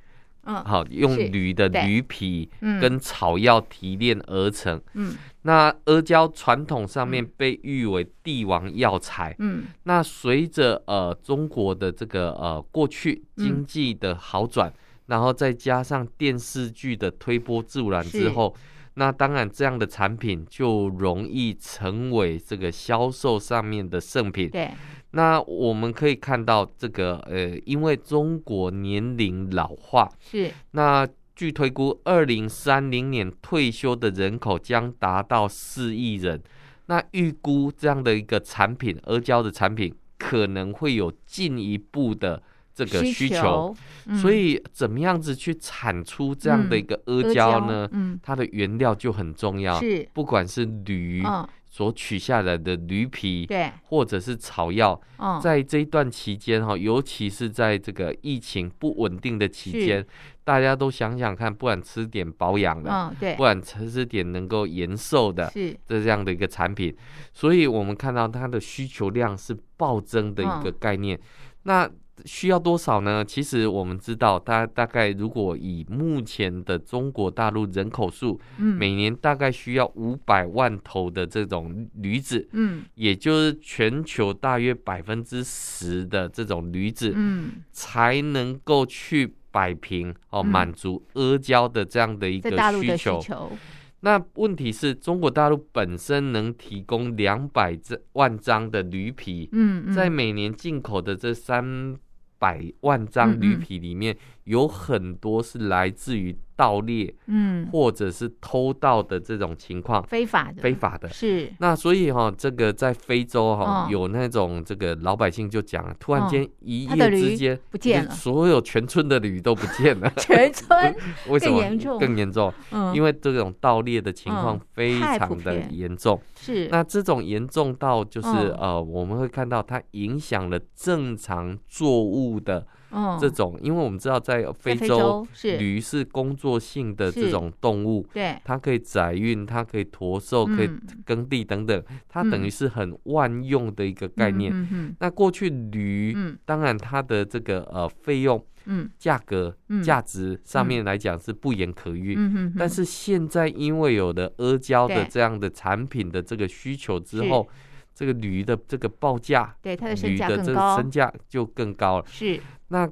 [SPEAKER 1] 嗯
[SPEAKER 2] 好用
[SPEAKER 1] 是
[SPEAKER 2] 驴的
[SPEAKER 1] 对
[SPEAKER 2] 驴皮
[SPEAKER 1] 嗯
[SPEAKER 2] 跟草药提炼而成。
[SPEAKER 1] 嗯
[SPEAKER 2] 那阿胶传统上面
[SPEAKER 1] 嗯
[SPEAKER 2] 被誉为帝王药材。
[SPEAKER 1] 嗯
[SPEAKER 2] 那随着呃中国的这个呃过去
[SPEAKER 1] 嗯
[SPEAKER 2] 经济的好转，然后再加上电视剧的推波助澜
[SPEAKER 1] 是
[SPEAKER 2] 之后，那当然这样的产品就容易成为这个销售上面的圣品。
[SPEAKER 1] 对，
[SPEAKER 2] 那我们可以看到这个呃，因为中国年龄老化，
[SPEAKER 1] 是
[SPEAKER 2] 那据推估，二零三零年退休的人口将达到四亿人。那预估这样的一个产品，阿胶的产品可能会有进一步的这个需求。，
[SPEAKER 1] 嗯
[SPEAKER 2] 所以，怎么样子去产出这样的一个阿胶呢？
[SPEAKER 1] 嗯，
[SPEAKER 2] 它的原料就很重要，
[SPEAKER 1] 是，
[SPEAKER 2] 不管是驴
[SPEAKER 1] 嗯，
[SPEAKER 2] 所取下来的驴皮，
[SPEAKER 1] 对，
[SPEAKER 2] 或者是草药，
[SPEAKER 1] 嗯，
[SPEAKER 2] 在这一段期间哈，尤其是在这个疫情不稳定的期间，大家都想想看，不然吃点保养的，
[SPEAKER 1] 嗯，对
[SPEAKER 2] 不，然吃吃点能够延寿的
[SPEAKER 1] 是，
[SPEAKER 2] 这样的一个产品，所以我们看到它的需求量是暴增的一个
[SPEAKER 1] 嗯
[SPEAKER 2] 概念。那需要多少呢？其实我们知道，大大概如果以目前的中国大陆人口数，
[SPEAKER 1] 嗯，
[SPEAKER 2] 每年大概需要五百万头的这种驴子，
[SPEAKER 1] 嗯
[SPEAKER 2] 也就是全球大约百分之十的这种驴子，
[SPEAKER 1] 嗯，
[SPEAKER 2] 才能够去摆平哦，
[SPEAKER 1] 嗯
[SPEAKER 2] 满足阿胶的这样的一个
[SPEAKER 1] 在大陆
[SPEAKER 2] 需
[SPEAKER 1] 的需
[SPEAKER 2] 求。
[SPEAKER 1] 求，
[SPEAKER 2] 那问题是中国大陆本身能提供两百万张的驴皮，
[SPEAKER 1] 嗯嗯，
[SPEAKER 2] 在每年进口的这三百万张驴皮里面，有很多是来自于盗猎
[SPEAKER 1] 嗯
[SPEAKER 2] 或者是偷盗的这种情况，
[SPEAKER 1] 非法的，
[SPEAKER 2] 非法的。
[SPEAKER 1] 是，
[SPEAKER 2] 那所以哈、这个在非洲哈、
[SPEAKER 1] 嗯
[SPEAKER 2] 有那种这个老百姓就讲，突然间一
[SPEAKER 1] 哦他的
[SPEAKER 2] 夜
[SPEAKER 1] 驴
[SPEAKER 2] 之间
[SPEAKER 1] 不见了，
[SPEAKER 2] 所有全村的驴都不见了
[SPEAKER 1] 全村，
[SPEAKER 2] 为什么
[SPEAKER 1] 更严重
[SPEAKER 2] 更严重？
[SPEAKER 1] 嗯，
[SPEAKER 2] 因为这种盗猎的情况
[SPEAKER 1] 嗯
[SPEAKER 2] 非
[SPEAKER 1] 太普
[SPEAKER 2] 常的
[SPEAKER 1] 遍
[SPEAKER 2] 严重，
[SPEAKER 1] 是，
[SPEAKER 2] 那这种严重到就是、
[SPEAKER 1] 嗯
[SPEAKER 2] 呃，我们会看到它影响了正常作物的
[SPEAKER 1] 嗯，
[SPEAKER 2] 这种，因为我们知道在非
[SPEAKER 1] 在非
[SPEAKER 2] 洲
[SPEAKER 1] 洲是，
[SPEAKER 2] 驴是工作性的
[SPEAKER 1] 是
[SPEAKER 2] 这种动物，
[SPEAKER 1] 对，
[SPEAKER 2] 它可以载运，它可以驮售，可以
[SPEAKER 1] 嗯
[SPEAKER 2] 耕地等等，它等于
[SPEAKER 1] 嗯
[SPEAKER 2] 是很万用的一个概念。
[SPEAKER 1] 嗯嗯
[SPEAKER 2] 那过去驴，
[SPEAKER 1] 嗯
[SPEAKER 2] 当然它的这个呃费用、
[SPEAKER 1] 嗯
[SPEAKER 2] 价格、
[SPEAKER 1] 嗯
[SPEAKER 2] 价值上面来讲是不言可喻。
[SPEAKER 1] 嗯嗯，
[SPEAKER 2] 但是现在因为有了阿胶的
[SPEAKER 1] 对
[SPEAKER 2] 这样的产品的这个需求之
[SPEAKER 1] 是
[SPEAKER 2] 后，这个驴的这个报价，
[SPEAKER 1] 对它的身
[SPEAKER 2] 驴
[SPEAKER 1] 价
[SPEAKER 2] 的
[SPEAKER 1] 更
[SPEAKER 2] 这
[SPEAKER 1] 高，
[SPEAKER 2] 身价就更高了。
[SPEAKER 1] 是，
[SPEAKER 2] 那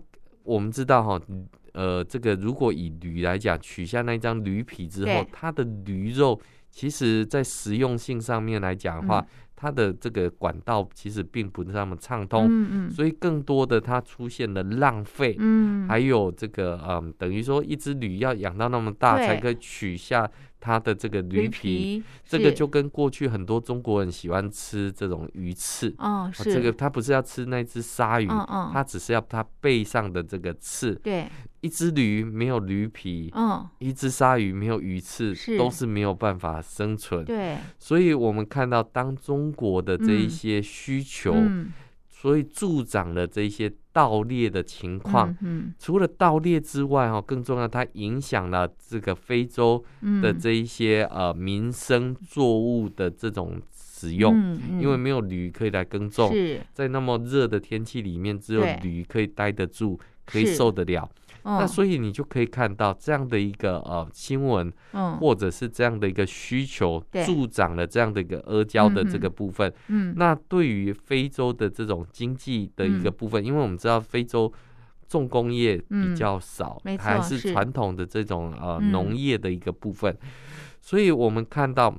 [SPEAKER 2] 我们知道哈，呃，这个如果以驴来讲，取下那一张驴皮之后
[SPEAKER 1] 对，
[SPEAKER 2] 它的驴肉其实在食用性上面来讲的话，
[SPEAKER 1] 嗯
[SPEAKER 2] 它的这个管道其实并不是那么畅通，
[SPEAKER 1] 嗯嗯
[SPEAKER 2] 所以更多的它出现了浪费。
[SPEAKER 1] 嗯，
[SPEAKER 2] 呃还有这个，嗯，等于说一只驴要养到那么大，
[SPEAKER 1] 对
[SPEAKER 2] 才可以取下它的这个驴
[SPEAKER 1] 驴
[SPEAKER 2] 皮，
[SPEAKER 1] 皮
[SPEAKER 2] 这个
[SPEAKER 1] 是
[SPEAKER 2] 就跟过去很多中国人喜欢吃这种鱼刺，啊
[SPEAKER 1] 哦是
[SPEAKER 2] 这个它不是要吃那只鲨鱼，
[SPEAKER 1] 嗯嗯
[SPEAKER 2] 它只是要它背上的这个刺。
[SPEAKER 1] 对
[SPEAKER 2] 一只驴没有驴皮，
[SPEAKER 1] 嗯
[SPEAKER 2] 一只鲨鱼没有鱼刺，
[SPEAKER 1] 是
[SPEAKER 2] 都是没有办法生存。
[SPEAKER 1] 对
[SPEAKER 2] 所以，我们看到当中国的这一
[SPEAKER 1] 嗯
[SPEAKER 2] 些需求，
[SPEAKER 1] 嗯
[SPEAKER 2] 所以助长了这一些盗猎的情况。
[SPEAKER 1] 嗯
[SPEAKER 2] 除了盗猎之外，哈，更重要，它影响了这个非洲
[SPEAKER 1] 嗯
[SPEAKER 2] 的这一些、呃民生作物的这种使用，
[SPEAKER 1] 嗯
[SPEAKER 2] 因为
[SPEAKER 1] 嗯
[SPEAKER 2] 没有驴可以来耕种，
[SPEAKER 1] 是
[SPEAKER 2] 在那么热的天气里面，只有
[SPEAKER 1] 对
[SPEAKER 2] 驴可以待得住，可以
[SPEAKER 1] 是
[SPEAKER 2] 受得了。那
[SPEAKER 1] 嗯
[SPEAKER 2] 所以你就可以看到这样的一个呃新闻，
[SPEAKER 1] 嗯
[SPEAKER 2] 或者是这样的一个需求
[SPEAKER 1] 对，
[SPEAKER 2] 助长了这样的一个阿胶的这个部分。
[SPEAKER 1] 嗯
[SPEAKER 2] 那对于非洲的这种经济的一个部分，因为我们知道非洲重工业比较少，
[SPEAKER 1] 嗯没错
[SPEAKER 2] 还是
[SPEAKER 1] 是
[SPEAKER 2] 传统的这种呃
[SPEAKER 1] 嗯
[SPEAKER 2] 农业的一个部分，所以我们看到。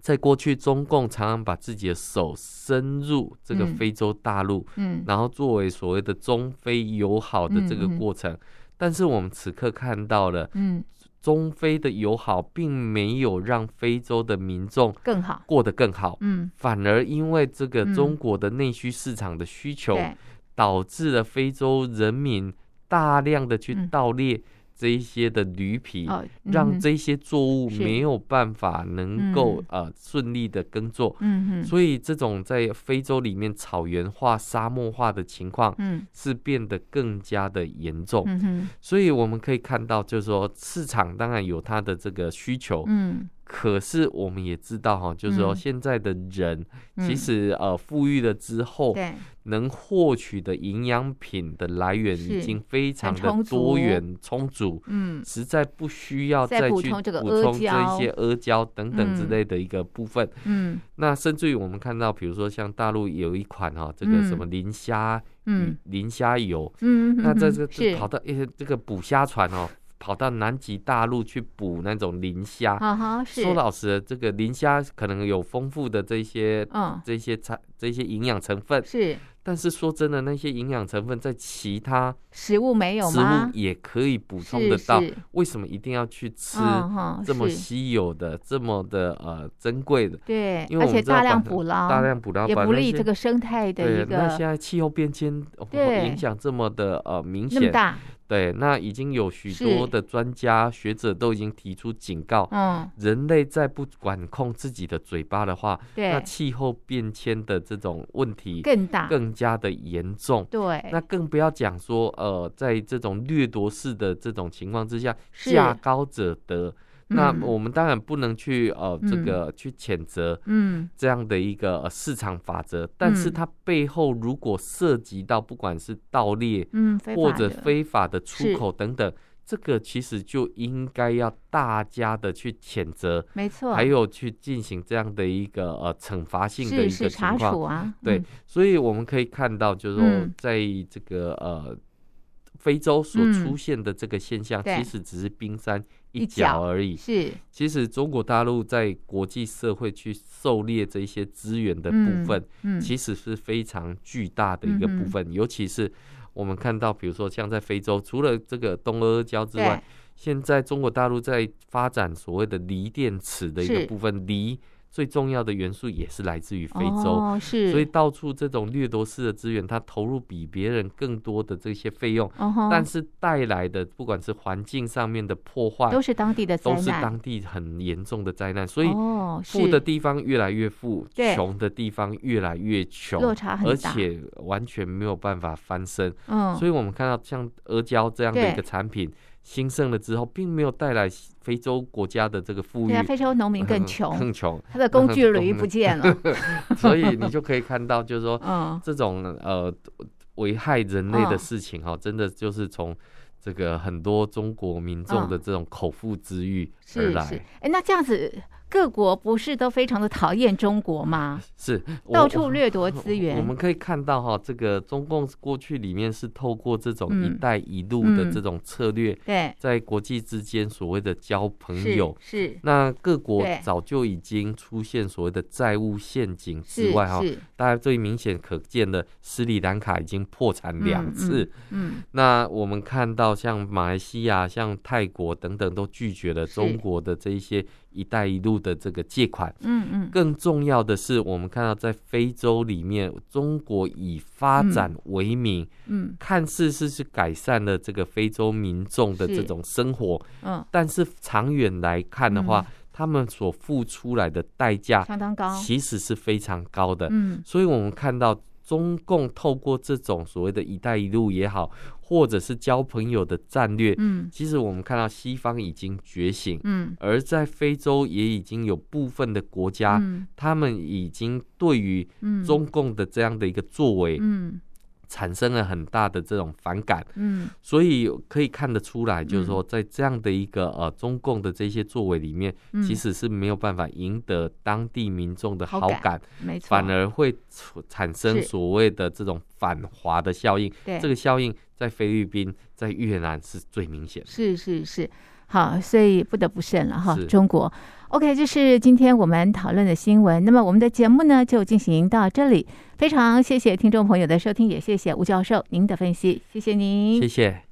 [SPEAKER 2] 在过去，中共常常把自己的手伸入这个
[SPEAKER 1] 嗯
[SPEAKER 2] 非洲大陆，
[SPEAKER 1] 嗯
[SPEAKER 2] 然后作为所谓的中非友好的这个
[SPEAKER 1] 嗯嗯
[SPEAKER 2] 过程。但是我们此刻看到了，
[SPEAKER 1] 嗯
[SPEAKER 2] 中非的友好并没有让非洲的民众
[SPEAKER 1] 更好
[SPEAKER 2] 过得更好，
[SPEAKER 1] 嗯
[SPEAKER 2] 反而因为这个
[SPEAKER 1] 嗯
[SPEAKER 2] 中国的内需市场的需求，
[SPEAKER 1] 对
[SPEAKER 2] 导致了非洲人民大量的去
[SPEAKER 1] 嗯
[SPEAKER 2] 盗猎这一些的驴皮。
[SPEAKER 1] 哦
[SPEAKER 2] 让
[SPEAKER 1] 嗯
[SPEAKER 2] 这些作物
[SPEAKER 1] 是
[SPEAKER 2] 没有办法能够、呃顺利的耕作，
[SPEAKER 1] 嗯嗯
[SPEAKER 2] 所以这种在非洲里面草原化、沙漠化的情况
[SPEAKER 1] 嗯
[SPEAKER 2] 是变得更加的严重。
[SPEAKER 1] 嗯哼
[SPEAKER 2] 所以我们可以看到，就是说市场当然有它的这个需求，
[SPEAKER 1] 嗯
[SPEAKER 2] 可是我们也知道哈，就是说
[SPEAKER 1] 嗯
[SPEAKER 2] 现在的人、
[SPEAKER 1] 嗯
[SPEAKER 2] 其实呃富裕了之后，
[SPEAKER 1] 对
[SPEAKER 2] 能获取的营养品的来源
[SPEAKER 1] 是
[SPEAKER 2] 已经非常
[SPEAKER 1] 很充
[SPEAKER 2] 的
[SPEAKER 1] 足
[SPEAKER 2] 多元充足。
[SPEAKER 1] 嗯
[SPEAKER 2] 实在不需要
[SPEAKER 1] 再
[SPEAKER 2] 再去
[SPEAKER 1] 补
[SPEAKER 2] 补
[SPEAKER 1] 充
[SPEAKER 2] 充
[SPEAKER 1] 这个
[SPEAKER 2] 这
[SPEAKER 1] 阿胶
[SPEAKER 2] 一些阿胶等等之
[SPEAKER 1] 嗯
[SPEAKER 2] 类的一个部分，
[SPEAKER 1] 嗯
[SPEAKER 2] 那甚至于我们看到，比如说像大陆有一款哈、这个
[SPEAKER 1] 嗯
[SPEAKER 2] 什么磷虾、
[SPEAKER 1] 嗯
[SPEAKER 2] 磷虾油，
[SPEAKER 1] 嗯
[SPEAKER 2] 那
[SPEAKER 1] 嗯
[SPEAKER 2] 在
[SPEAKER 1] 嗯
[SPEAKER 2] 这
[SPEAKER 1] 是
[SPEAKER 2] 这跑到一这个捕虾船哦，跑到南极大陆去捕那种磷虾。
[SPEAKER 1] 哈哈啊嗯是
[SPEAKER 2] 说老实的，这个磷虾可能有丰富的这些、
[SPEAKER 1] 嗯
[SPEAKER 2] 这些产这些营养成分，
[SPEAKER 1] 是
[SPEAKER 2] 但是说真的，那些营养成分在其他
[SPEAKER 1] 食物没有
[SPEAKER 2] 食
[SPEAKER 1] 吗
[SPEAKER 2] 物？也可以补充
[SPEAKER 1] 是
[SPEAKER 2] 得到，
[SPEAKER 1] 是
[SPEAKER 2] 为什么一定要去吃
[SPEAKER 1] 嗯哈
[SPEAKER 2] 这么
[SPEAKER 1] 是
[SPEAKER 2] 稀有的、这么的呃珍贵的？
[SPEAKER 1] 对，
[SPEAKER 2] 因为
[SPEAKER 1] 而
[SPEAKER 2] 我
[SPEAKER 1] 且
[SPEAKER 2] 们知道
[SPEAKER 1] 大量
[SPEAKER 2] 把
[SPEAKER 1] 捕捞，
[SPEAKER 2] 大量捕捞
[SPEAKER 1] 哦也
[SPEAKER 2] 把
[SPEAKER 1] 不
[SPEAKER 2] 那
[SPEAKER 1] 利
[SPEAKER 2] 些
[SPEAKER 1] 这个生态的
[SPEAKER 2] 对，
[SPEAKER 1] 一
[SPEAKER 2] 那现
[SPEAKER 1] 个
[SPEAKER 2] 在气候变迁、哦
[SPEAKER 1] 对
[SPEAKER 2] 影响这么的呃明
[SPEAKER 1] 那么
[SPEAKER 2] 显，
[SPEAKER 1] 大，
[SPEAKER 2] 对，那已经有许
[SPEAKER 1] 是
[SPEAKER 2] 多的专家学者都已经提出警告，
[SPEAKER 1] 嗯，
[SPEAKER 2] 人类再不管控自己的嘴巴的话，那
[SPEAKER 1] 对，
[SPEAKER 2] 气候变迁的这种问题
[SPEAKER 1] 更大，
[SPEAKER 2] 更加的严重。
[SPEAKER 1] 对，
[SPEAKER 2] 那更不要讲说，呃，在这种掠夺式的这种情况之下，
[SPEAKER 1] 是
[SPEAKER 2] 价高者得。那
[SPEAKER 1] 嗯
[SPEAKER 2] 我们当然不能去呃这
[SPEAKER 1] 嗯
[SPEAKER 2] 个去谴责，
[SPEAKER 1] 嗯，
[SPEAKER 2] 这样的一个、呃、市场法则，但是
[SPEAKER 1] 嗯
[SPEAKER 2] 它背后如果涉及到不管是盗猎
[SPEAKER 1] 嗯，非
[SPEAKER 2] 或
[SPEAKER 1] 法
[SPEAKER 2] 者
[SPEAKER 1] 的
[SPEAKER 2] 非法的
[SPEAKER 1] 是
[SPEAKER 2] 出口等等，这个其实就应该要大家的去谴责，
[SPEAKER 1] 没错，
[SPEAKER 2] 还有去进行这样的一个呃惩罚性的
[SPEAKER 1] 是
[SPEAKER 2] 一个
[SPEAKER 1] 是
[SPEAKER 2] 情
[SPEAKER 1] 查
[SPEAKER 2] 况。
[SPEAKER 1] 处啊，
[SPEAKER 2] 对
[SPEAKER 1] 嗯，，
[SPEAKER 2] 所以我们可以看到，就是说
[SPEAKER 1] 嗯，
[SPEAKER 2] 在这个、呃非洲所
[SPEAKER 1] 嗯
[SPEAKER 2] 出现的这个现象，
[SPEAKER 1] 对
[SPEAKER 2] 其实只是冰山
[SPEAKER 1] 一
[SPEAKER 2] 一
[SPEAKER 1] 角
[SPEAKER 2] 角而已。
[SPEAKER 1] 是，
[SPEAKER 2] 其实中国大陆在国际社会去狩猎这一些资源的部分，
[SPEAKER 1] 嗯，
[SPEAKER 2] 其实是非常巨大的一个部分，尤其是我们看到，比如说像在非洲，除了这个东阿阿胶之
[SPEAKER 1] 对
[SPEAKER 2] 外，，现在中国大陆在发展所谓的锂电池的一
[SPEAKER 1] 是
[SPEAKER 2] 个部分，锂最重要的元素也是来自于非洲。
[SPEAKER 1] 哦，是，
[SPEAKER 2] 所以到处这种掠夺式的资源，它投入比别人更多的这些费用，
[SPEAKER 1] 哦吼，
[SPEAKER 2] 但是带来的不管是环境上面的破坏，
[SPEAKER 1] 都是当地的灾
[SPEAKER 2] 都是
[SPEAKER 1] 难，
[SPEAKER 2] 当地很严重的灾难，所以
[SPEAKER 1] 哦，
[SPEAKER 2] 富
[SPEAKER 1] 是
[SPEAKER 2] 的地方越来越富，
[SPEAKER 1] 对
[SPEAKER 2] 穷的地方越来越穷，
[SPEAKER 1] 落差很
[SPEAKER 2] 而
[SPEAKER 1] 大，
[SPEAKER 2] 且完全没有办法翻身。
[SPEAKER 1] 嗯，
[SPEAKER 2] 所以我们看到像阿胶这样的
[SPEAKER 1] 对
[SPEAKER 2] 一个产品兴盛了之后，并没有带来非洲国家的这个富裕
[SPEAKER 1] 对啊，，非洲农民更
[SPEAKER 2] 嗯
[SPEAKER 1] 穷，
[SPEAKER 2] 更穷，
[SPEAKER 1] 他的工具驴
[SPEAKER 2] 农
[SPEAKER 1] 不见 了，
[SPEAKER 2] 所以你就可以看到，就是说
[SPEAKER 1] 嗯，
[SPEAKER 2] 这种呃危害人类的
[SPEAKER 1] 嗯
[SPEAKER 2] 事情哈、真的就是从。这个很多中国民众
[SPEAKER 1] 嗯
[SPEAKER 2] 的这种口腹之欲而
[SPEAKER 1] 是
[SPEAKER 2] 来，
[SPEAKER 1] 是，哎，那这样子各国不是都非常的讨厌中国吗？
[SPEAKER 2] 是我
[SPEAKER 1] 到
[SPEAKER 2] 我
[SPEAKER 1] 处掠夺资
[SPEAKER 2] 我
[SPEAKER 1] 源
[SPEAKER 2] 们，可以看到哈，这个中共过去里面是透过这种“一
[SPEAKER 1] 嗯
[SPEAKER 2] 带一路”的这种策略，
[SPEAKER 1] 对，
[SPEAKER 2] 在国际之间所谓的交朋
[SPEAKER 1] 是
[SPEAKER 2] 友。
[SPEAKER 1] 是
[SPEAKER 2] 那各国
[SPEAKER 1] 对
[SPEAKER 2] 早就已经出现所谓的债务陷阱之
[SPEAKER 1] 是
[SPEAKER 2] 外哈，
[SPEAKER 1] 是，
[SPEAKER 2] 大家最明显可见的，斯里兰卡已经破产两次。
[SPEAKER 1] 嗯，
[SPEAKER 2] 那我们看到像马来西亚、像泰国等等都拒绝了
[SPEAKER 1] 是
[SPEAKER 2] 中国的这一些“一带一路”的这个借款。
[SPEAKER 1] 嗯嗯，
[SPEAKER 2] 更重要的是，我们看到在非洲里面，中国以发展为名，
[SPEAKER 1] 嗯
[SPEAKER 2] 看似是是改善了这个非洲民众的这种生活，
[SPEAKER 1] 嗯，
[SPEAKER 2] 但是长远来看的话，他们所付出来的代价
[SPEAKER 1] 相当嗯高，
[SPEAKER 2] 其实是非常高的。
[SPEAKER 1] 嗯
[SPEAKER 2] 所以，我们看到中共透过这种所谓的一带一路也好，或者是交朋友的战略，
[SPEAKER 1] 嗯
[SPEAKER 2] 其实我们看到西方已经觉醒，
[SPEAKER 1] 嗯
[SPEAKER 2] 而在非洲也已经有部分的国家。
[SPEAKER 1] 嗯
[SPEAKER 2] 他们已经对于
[SPEAKER 1] 嗯，
[SPEAKER 2] 中共的这样的一个作为
[SPEAKER 1] 嗯
[SPEAKER 2] 产生了很大的这种反感，
[SPEAKER 1] 嗯
[SPEAKER 2] 所以可以看得出来，就是说在这样的一个呃中共的这些作为里面，
[SPEAKER 1] 嗯，
[SPEAKER 2] 其实是没有办法赢得当地民众的
[SPEAKER 1] 好
[SPEAKER 2] 好
[SPEAKER 1] 感
[SPEAKER 2] 感，
[SPEAKER 1] 没错，
[SPEAKER 2] 反而会出产生
[SPEAKER 1] 是
[SPEAKER 2] 所谓的这种反华的效应。
[SPEAKER 1] 对
[SPEAKER 2] 这个效应在菲律宾、在越南是最明显的。
[SPEAKER 1] 是是是，好，所以不得不慎了哈
[SPEAKER 2] 是，
[SPEAKER 1] 中国。OK，这是今天我们讨论的新闻。那么我们的节目呢就进行到这里，非常谢谢听众朋友的收听，也谢谢吴教授您的分析，谢谢您，
[SPEAKER 2] 谢谢。